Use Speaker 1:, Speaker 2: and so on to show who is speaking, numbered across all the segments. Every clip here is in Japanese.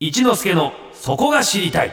Speaker 1: 一之助のそこが知りたい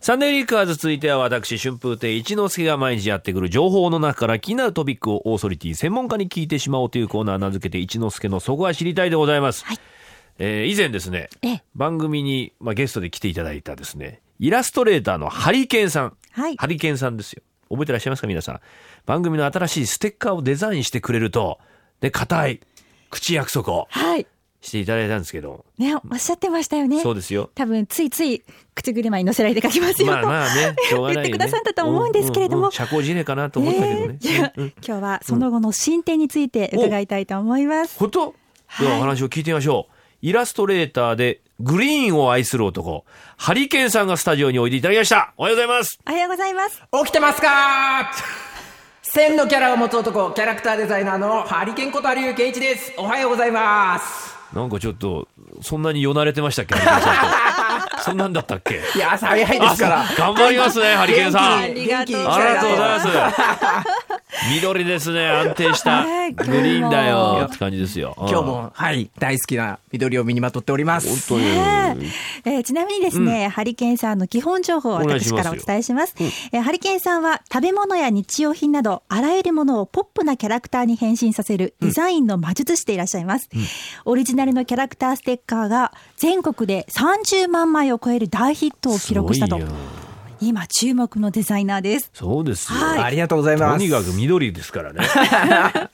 Speaker 1: サンデーリーカーズ続いては私春風亭一之輔が毎日やってくる情報の中から気になるトピックをオーソリティ専門家に聞いてしまおうというコーナー名付けて一之輔のそこが知りたいでございます、
Speaker 2: はい
Speaker 1: えー以前ですね
Speaker 2: ええ
Speaker 1: 番組に、まあ、ゲストで来ていただいたですねイラストレーターのハリケーンさん、
Speaker 2: はい
Speaker 1: ハリケーンさんですよ覚えてらっしゃいますか皆さん番組の新しいステッカーをデザインしてくれるとね固い口約束を
Speaker 2: はい。
Speaker 1: していただいたんですけど、
Speaker 2: ね、おっしゃってましたよね。
Speaker 1: そうですよ
Speaker 2: 多分ついつい口車に乗せられて書きますよ
Speaker 1: まあ
Speaker 2: と、
Speaker 1: まあね、しょうがないよ、ね、
Speaker 2: 言ってくださったと思うんですけれど
Speaker 1: う
Speaker 2: も
Speaker 1: うう社交辞令かなと思ったけどね
Speaker 2: ね。えいや
Speaker 1: うんうん
Speaker 2: 今日はその後の進展について伺いたいと思います。
Speaker 1: ほと、ではお話を聞いてみましょう。イラストレーターでグリーンを愛する男、ハリケーンさんがスタジオにおいでいただきました。おはようございます。
Speaker 2: おはようございます。
Speaker 3: 起きてますか千のキャラを持つ男キャラクターデザイナーのハリケンこと有健一ですおはようございます
Speaker 1: なんかちょっと、そんなによなれてましたっけ、ハリケーンさん と。そんなんだったっけ。
Speaker 3: いや朝早いですから
Speaker 1: 朝頑張りますね、ハリケーンさん。
Speaker 2: 元
Speaker 1: あ
Speaker 2: 気
Speaker 1: り
Speaker 2: に
Speaker 3: 元気に行きた
Speaker 1: がとうござい
Speaker 3: な
Speaker 1: ます。 緑ですね、安定した。
Speaker 2: はい
Speaker 1: グリーンだよって感じですよ。今
Speaker 3: 今日もはい大好きな緑を身にまとっております
Speaker 1: 本当に。
Speaker 2: えーちなみにですね、ハリケーンさんの基本情報を
Speaker 1: お願いし
Speaker 2: 私
Speaker 1: ま
Speaker 2: か
Speaker 1: すよ
Speaker 2: らお伝えしますえーハリケーンさんは食べ物や日用品などあらゆるものをポップなキャラクターに変身させるデザインの魔術師でいらっしゃいます、オリジナルのキャラクターステッカーが全国で30万枚を超える大ヒットを記録したと
Speaker 1: すごいよ
Speaker 2: 今注目のデザイナーです
Speaker 1: そうですよ。
Speaker 2: はい
Speaker 3: ありがとうござい
Speaker 1: と
Speaker 3: ます
Speaker 1: にかく緑ですから ね。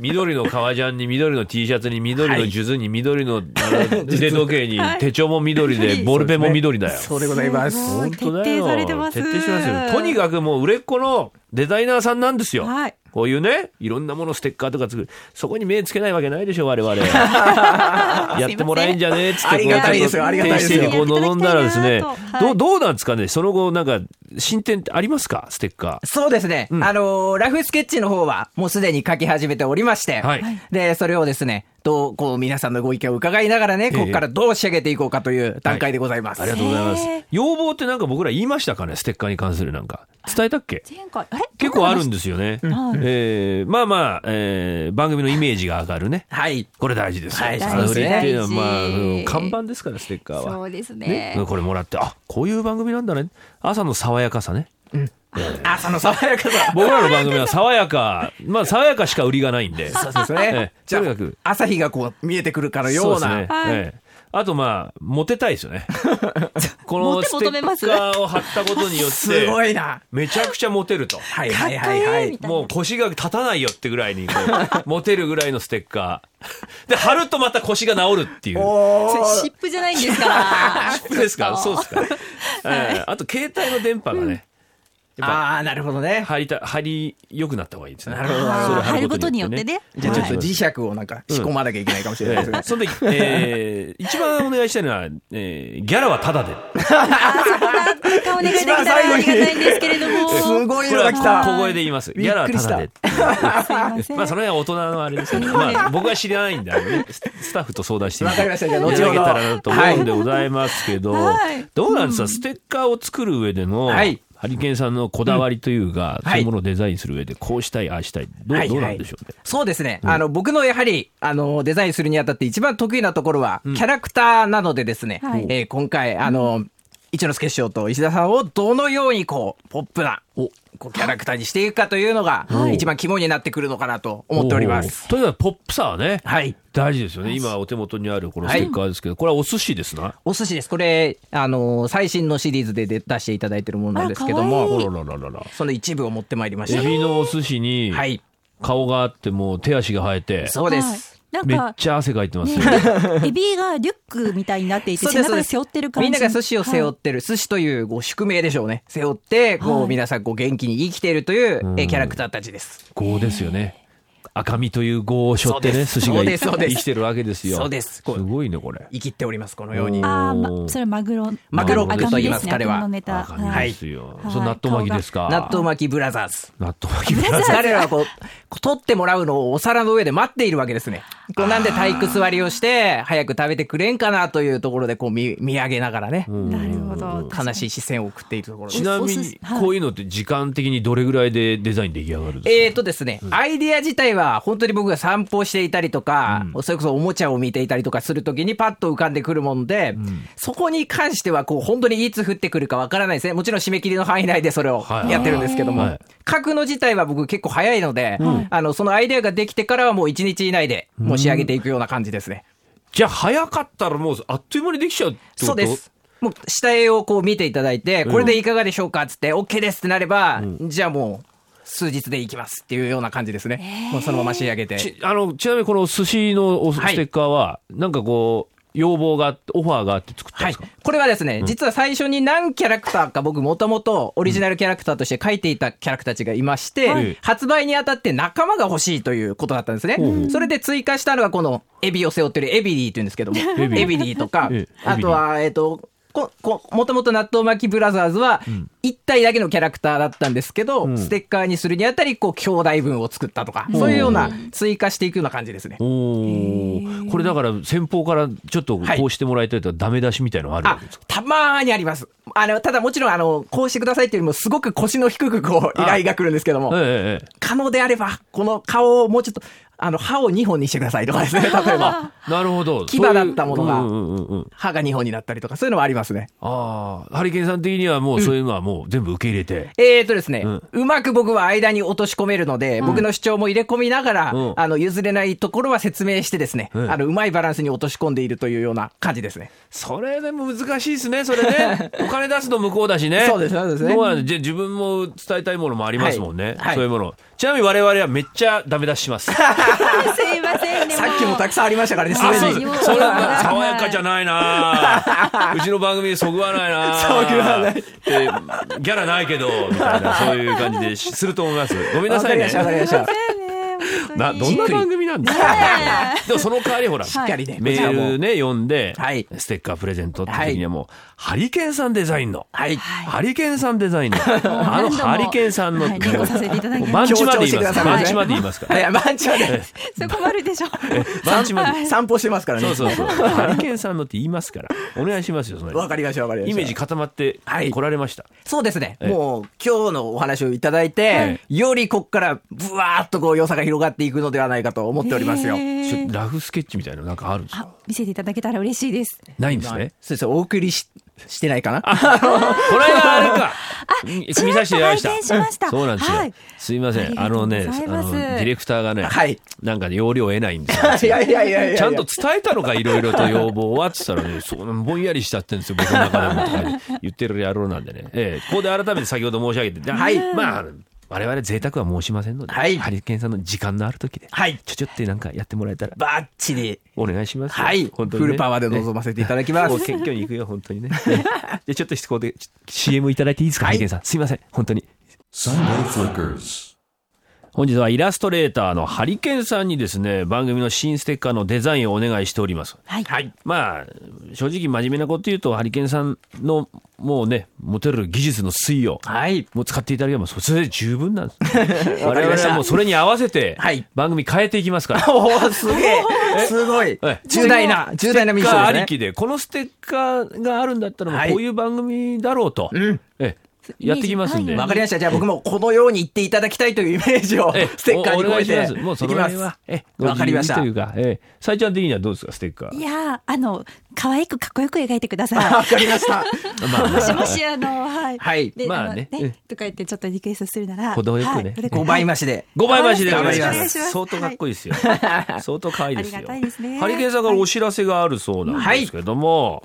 Speaker 1: 緑の革ジャンに緑の T シャツに緑の数珠に緑のあ の腕時計に手帳も緑でボールペンも緑だよ。
Speaker 3: そうでございます
Speaker 2: すご
Speaker 1: 本
Speaker 2: い
Speaker 1: 当だ
Speaker 2: 徹
Speaker 1: よ。
Speaker 2: 底されてます
Speaker 1: 徹底してますよ。とにかくもう売れっ子のデザイナーさんなんですよ。
Speaker 2: はい
Speaker 1: こういうね、いろんなものステッカーとか作る。そこに目つけないわけないでしょ、我 々。 やってもらえんじゃねえっつって、
Speaker 3: ありがたいですよ
Speaker 1: こう
Speaker 3: ありがたいですよ
Speaker 1: 定期的にこう望んだらですね、
Speaker 2: はい
Speaker 1: どう、どうなんですかね、その後、なんか、進展ってありますか、ステッカー。
Speaker 3: そうですね、あのーラフスケッチの方はもうすでに書き始めておりまして、
Speaker 1: はい
Speaker 3: でそれをですねどうこう皆さんのご意見を伺いながらねここからどう仕上げていこうかという段階でございます、
Speaker 1: ありがとうございます
Speaker 2: へー。
Speaker 1: 要望ってなんか僕ら言いましたかね、ステッカーに関するなんか。伝えたっけ
Speaker 2: 前回あれ
Speaker 1: 結構あるん
Speaker 2: で
Speaker 1: ですよね。
Speaker 2: はい
Speaker 1: えーまあまあ、えー番組のイメージが上がるね。
Speaker 3: はい
Speaker 1: これ大事ですよ。
Speaker 3: はい
Speaker 1: サウリっていうのは、
Speaker 2: 大事
Speaker 1: まあうん、看板ですから、ステッカーは。
Speaker 2: そうですね
Speaker 1: これもらって、あ、こういう番組なんだね。朝の爽やかさね。
Speaker 3: 朝の爽やかさ
Speaker 1: 僕らの番組は爽や か、まあ、爽やかしか売りがないんで。
Speaker 3: そうですね。
Speaker 1: ええ
Speaker 3: じゃ
Speaker 1: とにかく
Speaker 3: あ、朝日がこう見えてくるかのよう
Speaker 1: そ
Speaker 3: な。
Speaker 1: ですねええあとまあモテたいです よねこの
Speaker 2: モテ
Speaker 1: ステ
Speaker 2: 求めま
Speaker 1: ッ
Speaker 2: す
Speaker 1: カーを貼ったことによって
Speaker 3: すごいな。
Speaker 1: めちゃくちゃモテると
Speaker 3: はいはいはいは
Speaker 2: かっこいいみ
Speaker 3: い
Speaker 2: た。
Speaker 1: もう腰が立たないよってぐらいにこう モテるぐらいのステッカーで貼るとまた腰が治るっていう
Speaker 2: 湿布じゃないんですから
Speaker 1: ですかそうですか、 えーあと携帯の電波がね、やっぱ
Speaker 3: ああ、なるほどね。
Speaker 1: 入りた入り良くなった方がいいですね
Speaker 3: なるほど
Speaker 1: それを貼
Speaker 2: 入ることに
Speaker 3: じ
Speaker 2: よ
Speaker 3: ゃあ
Speaker 2: って
Speaker 3: ち
Speaker 2: ね
Speaker 3: ょっと磁石をなんか仕込まなきゃいけないかもしれないです
Speaker 1: え
Speaker 3: ね
Speaker 1: え。その時、えー、一番お願いしたいのは、えー、ギャラはタダで。
Speaker 2: あそこだ結果お願いできたらありがたいんですけれども
Speaker 3: すごいのが来
Speaker 1: これは小
Speaker 3: た。
Speaker 1: 声で言います。ギ
Speaker 3: びっ
Speaker 1: ャラは
Speaker 3: くり
Speaker 1: タ
Speaker 3: した
Speaker 1: ダで。
Speaker 2: すいませ ん
Speaker 1: まあ、その辺は大人のあれですよね。 まあ、僕は知らないんで、あのねススタッフと相談してみ
Speaker 3: わ
Speaker 1: て
Speaker 3: かりました。じゃあ、後
Speaker 1: いただ
Speaker 3: ほ
Speaker 1: け
Speaker 3: ど。
Speaker 1: たらなと
Speaker 3: は
Speaker 1: 思うん
Speaker 3: い
Speaker 1: でございますけど、
Speaker 2: はい
Speaker 1: どうなんですか、ステッカーを作る上での、
Speaker 3: はい
Speaker 1: ハリケーンさんのこだわりというか、
Speaker 3: うん
Speaker 1: そう
Speaker 3: はいいう
Speaker 1: ものをデザインする上で、こうしたい、ああしたい、どう,、
Speaker 3: はい
Speaker 1: どうなんでしょうね。
Speaker 3: そうですね。あの、僕のやはり、あの、デザインするにあたって一番得意なところは、キャラクターなのでですね
Speaker 2: はい、
Speaker 3: えー今回、あの、一之輔師匠と石田さんをどのようにこう、ポップな、こうキャラクターにしていくかというのが、一番肝になってくるのかなと思っております。
Speaker 1: おーとにかくポップさはね、
Speaker 3: はい。
Speaker 1: 大事ですよね。今お手元にあるこのステッカーですけど、これはお寿司ですな。
Speaker 3: お寿司です。これ、あの、最新のシリーズで出出していただいてるものなんですけど
Speaker 2: あ
Speaker 3: も、
Speaker 1: ほららららら。
Speaker 3: その一部を持ってまいりまし
Speaker 1: エ
Speaker 3: た。
Speaker 1: ビのお寿司に
Speaker 3: はい。
Speaker 1: 顔があってもう手足が生えて、
Speaker 3: そうです。
Speaker 2: はい
Speaker 1: めっ
Speaker 2: なんか
Speaker 1: ちゃ汗かいてますよ。
Speaker 2: ね、エビがリュックみたいになっていて
Speaker 3: そう
Speaker 2: 背
Speaker 3: ですそ
Speaker 2: 中で
Speaker 3: うです
Speaker 2: 背負ってる感じ
Speaker 3: みんなが寿司を背負っ
Speaker 2: って
Speaker 3: る、寿司というご宿命でしょうね。背負って、こ
Speaker 2: は
Speaker 3: う、
Speaker 2: い
Speaker 3: 皆さん、こう、元気に生きているという
Speaker 1: うん
Speaker 3: えキャラクターたちです。
Speaker 1: 業ですよね。赤身という業を背負ってね、寿司
Speaker 3: そ
Speaker 1: が
Speaker 3: うですそう
Speaker 1: 生
Speaker 3: です
Speaker 1: きてるわけですよ。
Speaker 3: そうですこう
Speaker 1: ごいね、これ。
Speaker 3: 生きっております、このよう
Speaker 1: お
Speaker 3: に
Speaker 1: ー。
Speaker 2: ああ、ま、それはマグロ
Speaker 3: マグロ
Speaker 2: 赤身
Speaker 3: と言います
Speaker 2: でね
Speaker 3: 彼は
Speaker 2: 赤身のネタ
Speaker 1: 赤身
Speaker 2: は
Speaker 1: で
Speaker 2: い
Speaker 1: すよ
Speaker 2: は。い
Speaker 1: その納豆巻きですか。
Speaker 3: 納豆巻きブラザーズ。
Speaker 1: 納豆巻きブラザーズ。
Speaker 3: 彼らはこう、こう取ってもらうのをお皿の上で待っているわけですね。こうなんで体育座りをして、早く食べてくれんかなというところで、こう見、見上げながらね、
Speaker 2: なるほ ど
Speaker 3: 悲しい視線を送っているところで す
Speaker 1: ち。なみ
Speaker 2: お寿
Speaker 1: に
Speaker 2: 司は、い
Speaker 1: こういうのって時間的にどれぐらいでデザイン出来上がるんです
Speaker 3: えーとですね、アイディア自体ら、本当に僕が散歩していたりとか、それこそおもちゃを見ていたりとかするときにパッと浮かんでくるもんで、そこに関しては、こう、本当にいつ降ってくるかわからないですね。もちろん締め切りの範囲内でそれを
Speaker 1: はい
Speaker 3: やってるんですけども、
Speaker 1: はい
Speaker 3: 書くの自体は僕結構早いので、あの、そのアイデアができてからはもう1日以内でもう仕上げていくような感じですね。
Speaker 1: じゃあ早かったらもうあっという間にできちゃうってこと
Speaker 3: そうです。もう下絵をこう見ていただいて、これでいかがでしょうかっつって、OK ですってなれば、じゃあもう数日でいきますっていうような感じですね。もうそのまま仕上げて。
Speaker 1: ちあのちなみにこの寿司のおス
Speaker 3: はい
Speaker 1: テッカーはなんかこう要望があってオファーがあって作ったん
Speaker 3: は
Speaker 1: で
Speaker 3: い
Speaker 1: すか、、
Speaker 3: これはですね、実は最初に何キャラクターか僕もともとオリジナルキャラクターとして書いていたキャラクターたちがいまして、
Speaker 1: はい
Speaker 3: 発売にあたって仲間が欲しいということだったんですね、それで追加したのがこのエビを背負ってるエビリーっていうんですけどもエ
Speaker 1: ビリー
Speaker 3: ビリーとか
Speaker 1: ええ
Speaker 3: あとはえっ、とここもともと納豆巻きブラザーズは1体だけのキャラクターだったんですけど、ステッカーにするにあたりこう兄弟分を作ったとか、そういうような追加していくような感じですね。
Speaker 1: おーこれだから先方からちょっと
Speaker 3: はい
Speaker 1: こうしてもらいたいとかダメ出しみたいのあるわ
Speaker 3: あ
Speaker 1: けですか、
Speaker 3: たまーにあります。あの、ただもちろん、あの、こうしてくださいっていうよりも、すごく腰の低くこう、依頼が来るんですけども、
Speaker 1: えええ
Speaker 3: 可能であれば、この顔をもうちょっと、あの、歯を2本にしてくださいとか ですね、例えば。
Speaker 1: えなるほど
Speaker 3: 牙だったものが
Speaker 1: そういううんうんうんうん
Speaker 3: 歯が2本になったりとか、そういうのはありますね。
Speaker 1: ああハリケーンさん的にはもうそういうのはもう全部受け入れて、
Speaker 3: えーとですね、
Speaker 1: ん
Speaker 3: うまく僕は間に落とし込めるので、僕の主張も入れ込みながら、
Speaker 1: うん
Speaker 3: あの、譲れないところは説明してですね、
Speaker 1: うん
Speaker 3: あの、うまいバランスに落とし込んでいるというような感じですね。
Speaker 1: それでも難しいですねそれ ねお金出すの向こうだしね
Speaker 3: そうですそうですね
Speaker 1: どうなんじゃあ自分も伝えたいものもありますもんね、
Speaker 3: はいはい
Speaker 1: そういうものちなみに我々はめっちゃダメ出ししますあ
Speaker 2: すいませんね。
Speaker 3: さっきもたくさんありましたからね、す
Speaker 1: そう
Speaker 3: で
Speaker 1: です
Speaker 3: に。
Speaker 1: それは爽やかじゃないなうちの番組そぐわないな
Speaker 3: そぐわない
Speaker 1: でギャラないけどみたいなそういう感じですると思いますごめんな
Speaker 3: わ
Speaker 1: さ
Speaker 3: か
Speaker 1: い
Speaker 3: り
Speaker 1: ね
Speaker 3: ました、わかりました。
Speaker 1: などんな番組なんですかでもその代わりほら、
Speaker 3: っかりね
Speaker 1: メ
Speaker 3: こちら
Speaker 1: ール
Speaker 3: も
Speaker 1: ね読んで、
Speaker 3: はい
Speaker 1: ステッカープレゼントって時にはもう、ハリケーンさんデザインの、
Speaker 3: はい。
Speaker 1: ハリケーンさんデザインのあの
Speaker 2: 何度も
Speaker 1: ハリケーンさんの、
Speaker 2: はい利用させていただきました
Speaker 1: マンチまで言います
Speaker 3: 強調してくださいね
Speaker 1: マンチまで言いますから、
Speaker 3: いや、マンチまで。
Speaker 2: そこまで でしょ。
Speaker 1: マンチまで
Speaker 3: 散歩してますからね。
Speaker 1: そうそうそうハリケーンさんのって言いますからお願いしますよその
Speaker 3: わかりました、わかりました。
Speaker 1: イメージ固まって
Speaker 3: はい
Speaker 1: 来られました、
Speaker 3: そうですね。
Speaker 1: ええ
Speaker 3: もう、今日のお話をいただいて、よりこっから、ぶわーっとこう、良さが広がっていくのではないかと思っておりますよ。
Speaker 1: ちょっとラフスケッチみたいなのなんかあるんですか
Speaker 2: あ、見せていただけたら嬉しいです。
Speaker 1: ないんですね
Speaker 3: そうですねお送りししてないかな
Speaker 1: この間あれか。
Speaker 2: ちらっと
Speaker 1: 見させていただき
Speaker 2: 拝見しました
Speaker 1: そうなんですよ。
Speaker 2: はい
Speaker 1: すいません。あ
Speaker 2: ありがと
Speaker 1: の
Speaker 2: うござ
Speaker 1: ね、
Speaker 2: い
Speaker 1: あ
Speaker 2: ます
Speaker 1: のディレクターがね、
Speaker 3: はい
Speaker 1: なんかね要領を得ないんですよ。
Speaker 3: いやいやいやいや。
Speaker 1: ちゃんと伝えたのかいろいろと要望はっつったらね、そうぼんやりしちゃってるんですよ僕の中でもとか言ってる野郎なんでね。ええここで改めて先ほど申し上げて、
Speaker 3: はい
Speaker 1: まあ我々贅沢は申しませんので、
Speaker 3: はい
Speaker 1: ハリケーンさんの時間のある時で、
Speaker 3: はい
Speaker 1: ちょちょってなんかやってもらえたら
Speaker 3: バッチリ。
Speaker 1: お願いしますよ。
Speaker 3: はい。フ
Speaker 1: 本当にね
Speaker 3: ルパワーで臨ませていただきま
Speaker 1: もう
Speaker 3: す。
Speaker 1: 謙虚に行くよ、本当に ね。で、ちょっとここでちょ CM いただいていいですか、ハリケンさん。すいません、本当に。
Speaker 4: Sunday Flickers.
Speaker 1: 本日はイラストレーターのハリケンさんにですね、番組の新ステッカーのデザインをお願いしております。
Speaker 2: はい。
Speaker 3: はい。
Speaker 1: まあ、正直真面目なこと言うと、ハリケンさんの、もうね、持てる技術の推移を、
Speaker 3: はい。
Speaker 1: もう使っていただければ、それで十分なん です。
Speaker 3: わか
Speaker 1: 我
Speaker 3: り
Speaker 1: 々
Speaker 3: ました
Speaker 1: はもうそれに合わせて
Speaker 3: はい、
Speaker 1: 番組変えていきますから。
Speaker 3: おおすげえ。すごい
Speaker 1: え。
Speaker 3: 重大な、重大なミッ
Speaker 1: ス
Speaker 3: シ
Speaker 1: テッカー
Speaker 3: ョ
Speaker 1: あ
Speaker 3: ンで
Speaker 1: り
Speaker 3: すね。
Speaker 1: きで、このステッカーがあるんだったら、も
Speaker 3: は
Speaker 1: う
Speaker 3: い
Speaker 1: こういう番組だろうと、ええやってきますんで。
Speaker 2: イメージは
Speaker 3: わかりました。じゃあ僕もこのように言っていただきたいというイメージを
Speaker 1: ええ
Speaker 3: ステッカーに
Speaker 1: おお
Speaker 3: 込
Speaker 1: 願
Speaker 3: め
Speaker 1: いしてますもうそ
Speaker 3: い
Speaker 1: の
Speaker 3: きま
Speaker 1: 辺
Speaker 3: す。
Speaker 1: は、ええ
Speaker 3: わかりました
Speaker 1: ご自由にというか、ええ、さいちゃん的にはどうですか、ステッカー
Speaker 2: い。やーあの可愛くかっこよく描いてくださ
Speaker 3: わ
Speaker 2: い。
Speaker 3: かりま した。
Speaker 1: まあ
Speaker 2: もしもしあのはい。
Speaker 3: はい
Speaker 2: で
Speaker 1: まあ
Speaker 2: あの
Speaker 1: ね
Speaker 2: ね
Speaker 1: うん
Speaker 2: とか言ってちょっとリクエストするなら。
Speaker 1: 程よくね
Speaker 2: はい
Speaker 3: 5倍増しで。
Speaker 1: 五倍増しで
Speaker 3: 頑張り
Speaker 1: お
Speaker 3: ます
Speaker 1: 願いします相当かっこいいですよ。相当可愛いですよ。
Speaker 2: ありがたいですね
Speaker 1: ハリケーンさんからお知らせがあるそうなんですけども、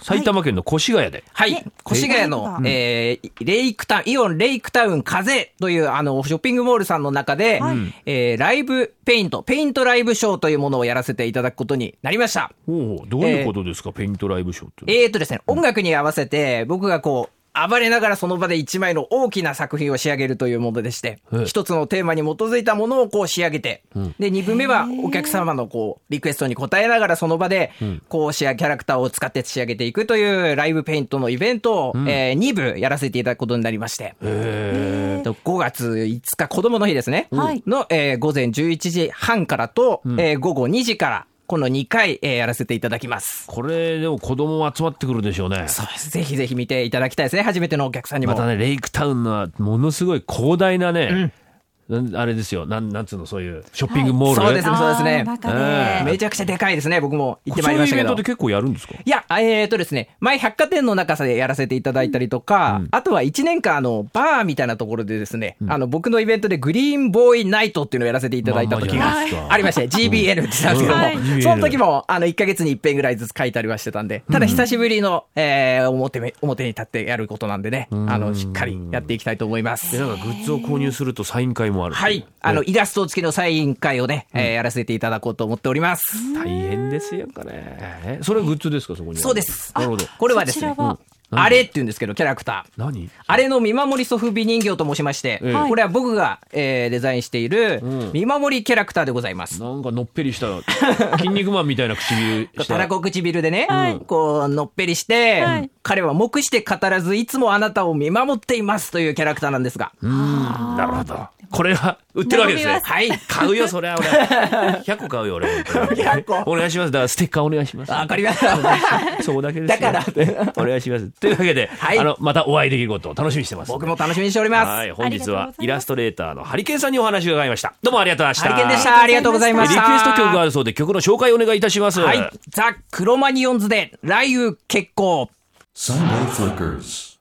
Speaker 1: 埼玉県の越谷で、
Speaker 3: はい
Speaker 2: ね。
Speaker 3: 越谷の、えー、レイクタウン、イオンレイクタウン風という、あの、ショッピングモールさんの中で、
Speaker 2: はい
Speaker 3: えーライブペイント、ペイントライブショーというものをやらせていただくことになりました。
Speaker 1: ほうほうどういうことですか、ペイントライブショーっていうのは。
Speaker 3: えーとですね、音楽に合わせて、僕がこう、暴れながらその場で一枚の大きな作品を仕上げるというものでして
Speaker 1: ええ、
Speaker 3: 一つのテーマに基づいたものをこう仕上げて、で、二部目はお客様のこう、リクエストに応えながらその場で、こう、シェアキャラクターを使って仕上げていくというライブペイントのイベントを、えー二部やらせていただくことになりまして、えっと5月5日、子供の日ですね、
Speaker 2: はい
Speaker 3: の、えー午前11時半からと、えー午後2時から、この2回、えーやらせていただきます。
Speaker 1: これでも子供集まってくるでしょうね。
Speaker 3: そうです。ぜひぜひ見ていただきたいですね。初めてのお客さんにも。
Speaker 1: またね、レイクタウンのはものすごい広大なね、うんあれですよなんなんつうのそういうショッピングモール、
Speaker 3: はいそうです
Speaker 2: あー
Speaker 3: ねね
Speaker 2: 中
Speaker 1: うん
Speaker 2: で
Speaker 3: めちゃくちゃでかいですね、僕も行って
Speaker 1: そ
Speaker 3: ま
Speaker 1: う
Speaker 3: い
Speaker 1: いう
Speaker 3: りま
Speaker 1: イ
Speaker 3: した
Speaker 1: ベ
Speaker 3: け
Speaker 1: ント
Speaker 3: ど
Speaker 1: って。結構やるんですか
Speaker 3: いや、えーとですね、前百貨店の中でやらせていただいたりとか、あとは1年間あの、バーみたいなところでですね、あの、僕のイベントでグリーンボーイナイトっていうのをやらせていただいた
Speaker 1: ま
Speaker 3: 時
Speaker 1: んまじゃ
Speaker 3: が
Speaker 1: ないですか
Speaker 3: ありまして、GBL ってなんですけども、
Speaker 1: はい
Speaker 3: その時もあの、1ヶ月に1遍ぐらいずつ書いたりはしてたんで、ただ久しぶりの、えー表め、表に立ってやることなんでね、あの、しっかりやっていきたいと思います
Speaker 1: で。なんかグッズを購入するとサイン会もある
Speaker 3: はい。あの、イラスト付きのサイン会をね、えーやらせていただこうと思っております。
Speaker 1: 大変ですよこれえそれはグッズですかそこには
Speaker 3: そうです。
Speaker 1: なるほど
Speaker 3: これはです
Speaker 2: そ
Speaker 3: ね
Speaker 2: ちらは、
Speaker 3: あれって言うんですけど、キャラクター。
Speaker 1: 何
Speaker 3: あれの見守りソフビ人形と申しまして、
Speaker 1: ええ
Speaker 3: これは僕が、えーデザインしている
Speaker 1: うん
Speaker 3: 見守りキャラクターでございます。
Speaker 1: なんかのっぺりした筋肉マンみたいな唇
Speaker 3: こう
Speaker 1: した
Speaker 3: らこ唇でね、
Speaker 2: はい
Speaker 3: こうのっぺりして、
Speaker 2: はい
Speaker 3: 彼は黙して語らずいつもあなたを見守っていますというキャラクターなんですが、
Speaker 1: なるほどこれは売ってるわけですね
Speaker 2: 頼み
Speaker 3: はい
Speaker 1: 買うよそれは俺100個買うよ俺本 当に
Speaker 3: 100個
Speaker 1: お願いしますだからステッカーお願いします
Speaker 3: わかりました。
Speaker 1: そこだけですよ
Speaker 3: だからって
Speaker 1: お願いしますというわけで、
Speaker 3: はい
Speaker 1: あのまたお会いできることを楽しみにしてます
Speaker 3: 僕も楽しみにしております。
Speaker 1: はい本日
Speaker 2: ありがとうござい
Speaker 1: は
Speaker 2: ます
Speaker 1: イラストレーターのハリケンさんにお話を伺いましたどうもありがとうござ
Speaker 3: ハ
Speaker 1: いました
Speaker 3: リケンでした。ありがとうございま
Speaker 1: リ
Speaker 3: し
Speaker 1: クエ
Speaker 3: た。
Speaker 1: スト曲があるそうで曲の紹介をお願いいたします
Speaker 3: はい。ザ・クロマニヨンズで雷雨決行。
Speaker 4: Sunday Flickers.